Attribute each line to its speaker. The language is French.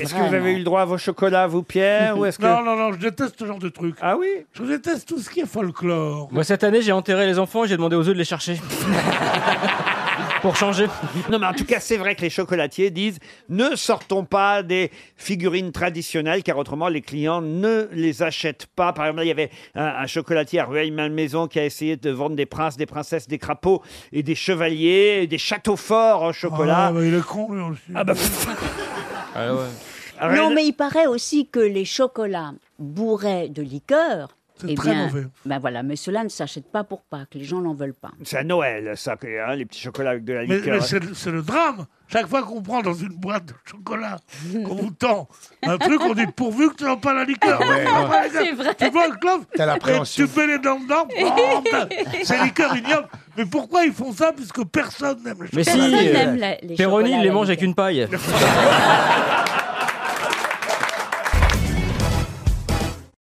Speaker 1: Est-ce que vous avez eu le droit à vos chocolats, vous, Pierre ou est-ce que...
Speaker 2: Non, non, non, je déteste ce genre de truc.
Speaker 1: Ah oui
Speaker 2: Je déteste tout ce qui est folklore.
Speaker 3: Moi, cette année, j'ai enterré les enfants et j'ai demandé aux œufs de les chercher. Pour changer.
Speaker 1: Non, mais en tout cas, c'est vrai que les chocolatiers disent ne sortons pas des figurines traditionnelles, car autrement, les clients ne les achètent pas. Par exemple, là, il y avait un, un chocolatier à Rueil-Malmaison qui a essayé de vendre des princes, des princesses, des crapauds et des chevaliers, et des châteaux forts au
Speaker 2: Ah,
Speaker 1: chocolat.
Speaker 2: bah, il est con, lui, aussi.
Speaker 1: Ah bah, Ah,
Speaker 4: Non,
Speaker 1: ouais.
Speaker 4: mais il paraît aussi que les chocolats bourrés de liqueur.
Speaker 2: C'est
Speaker 4: eh
Speaker 2: très
Speaker 4: bien,
Speaker 2: mauvais.
Speaker 4: Ben voilà, mais cela ne s'achète pas pour Pâques, les gens n'en veulent pas.
Speaker 1: C'est à Noël, ça, que, hein, les petits chocolats avec de la
Speaker 2: Mais,
Speaker 1: liqueur.
Speaker 2: mais c'est le- c'est le drame. Chaque fois qu'on prend dans une boîte de chocolat, qu'on vous tend un truc, on dit pourvu que tu n'as pas la liqueur. Tu n'as pas la liqueur. Tu vois, Clove
Speaker 5: T'as
Speaker 2: Tu
Speaker 5: l'appréhension.
Speaker 2: mets les dents dedans, bam, bam. c'est liqueur ignoble. Mais pourquoi ils font ça Puisque personne n'aime le
Speaker 3: Mais
Speaker 2: chocolat.
Speaker 3: si,
Speaker 6: Personne
Speaker 3: euh,
Speaker 6: n'aime la- les
Speaker 3: Péroni,
Speaker 6: chocolats
Speaker 3: il
Speaker 6: à
Speaker 3: les
Speaker 6: la
Speaker 3: mange avec
Speaker 6: liqueur.
Speaker 3: une paille.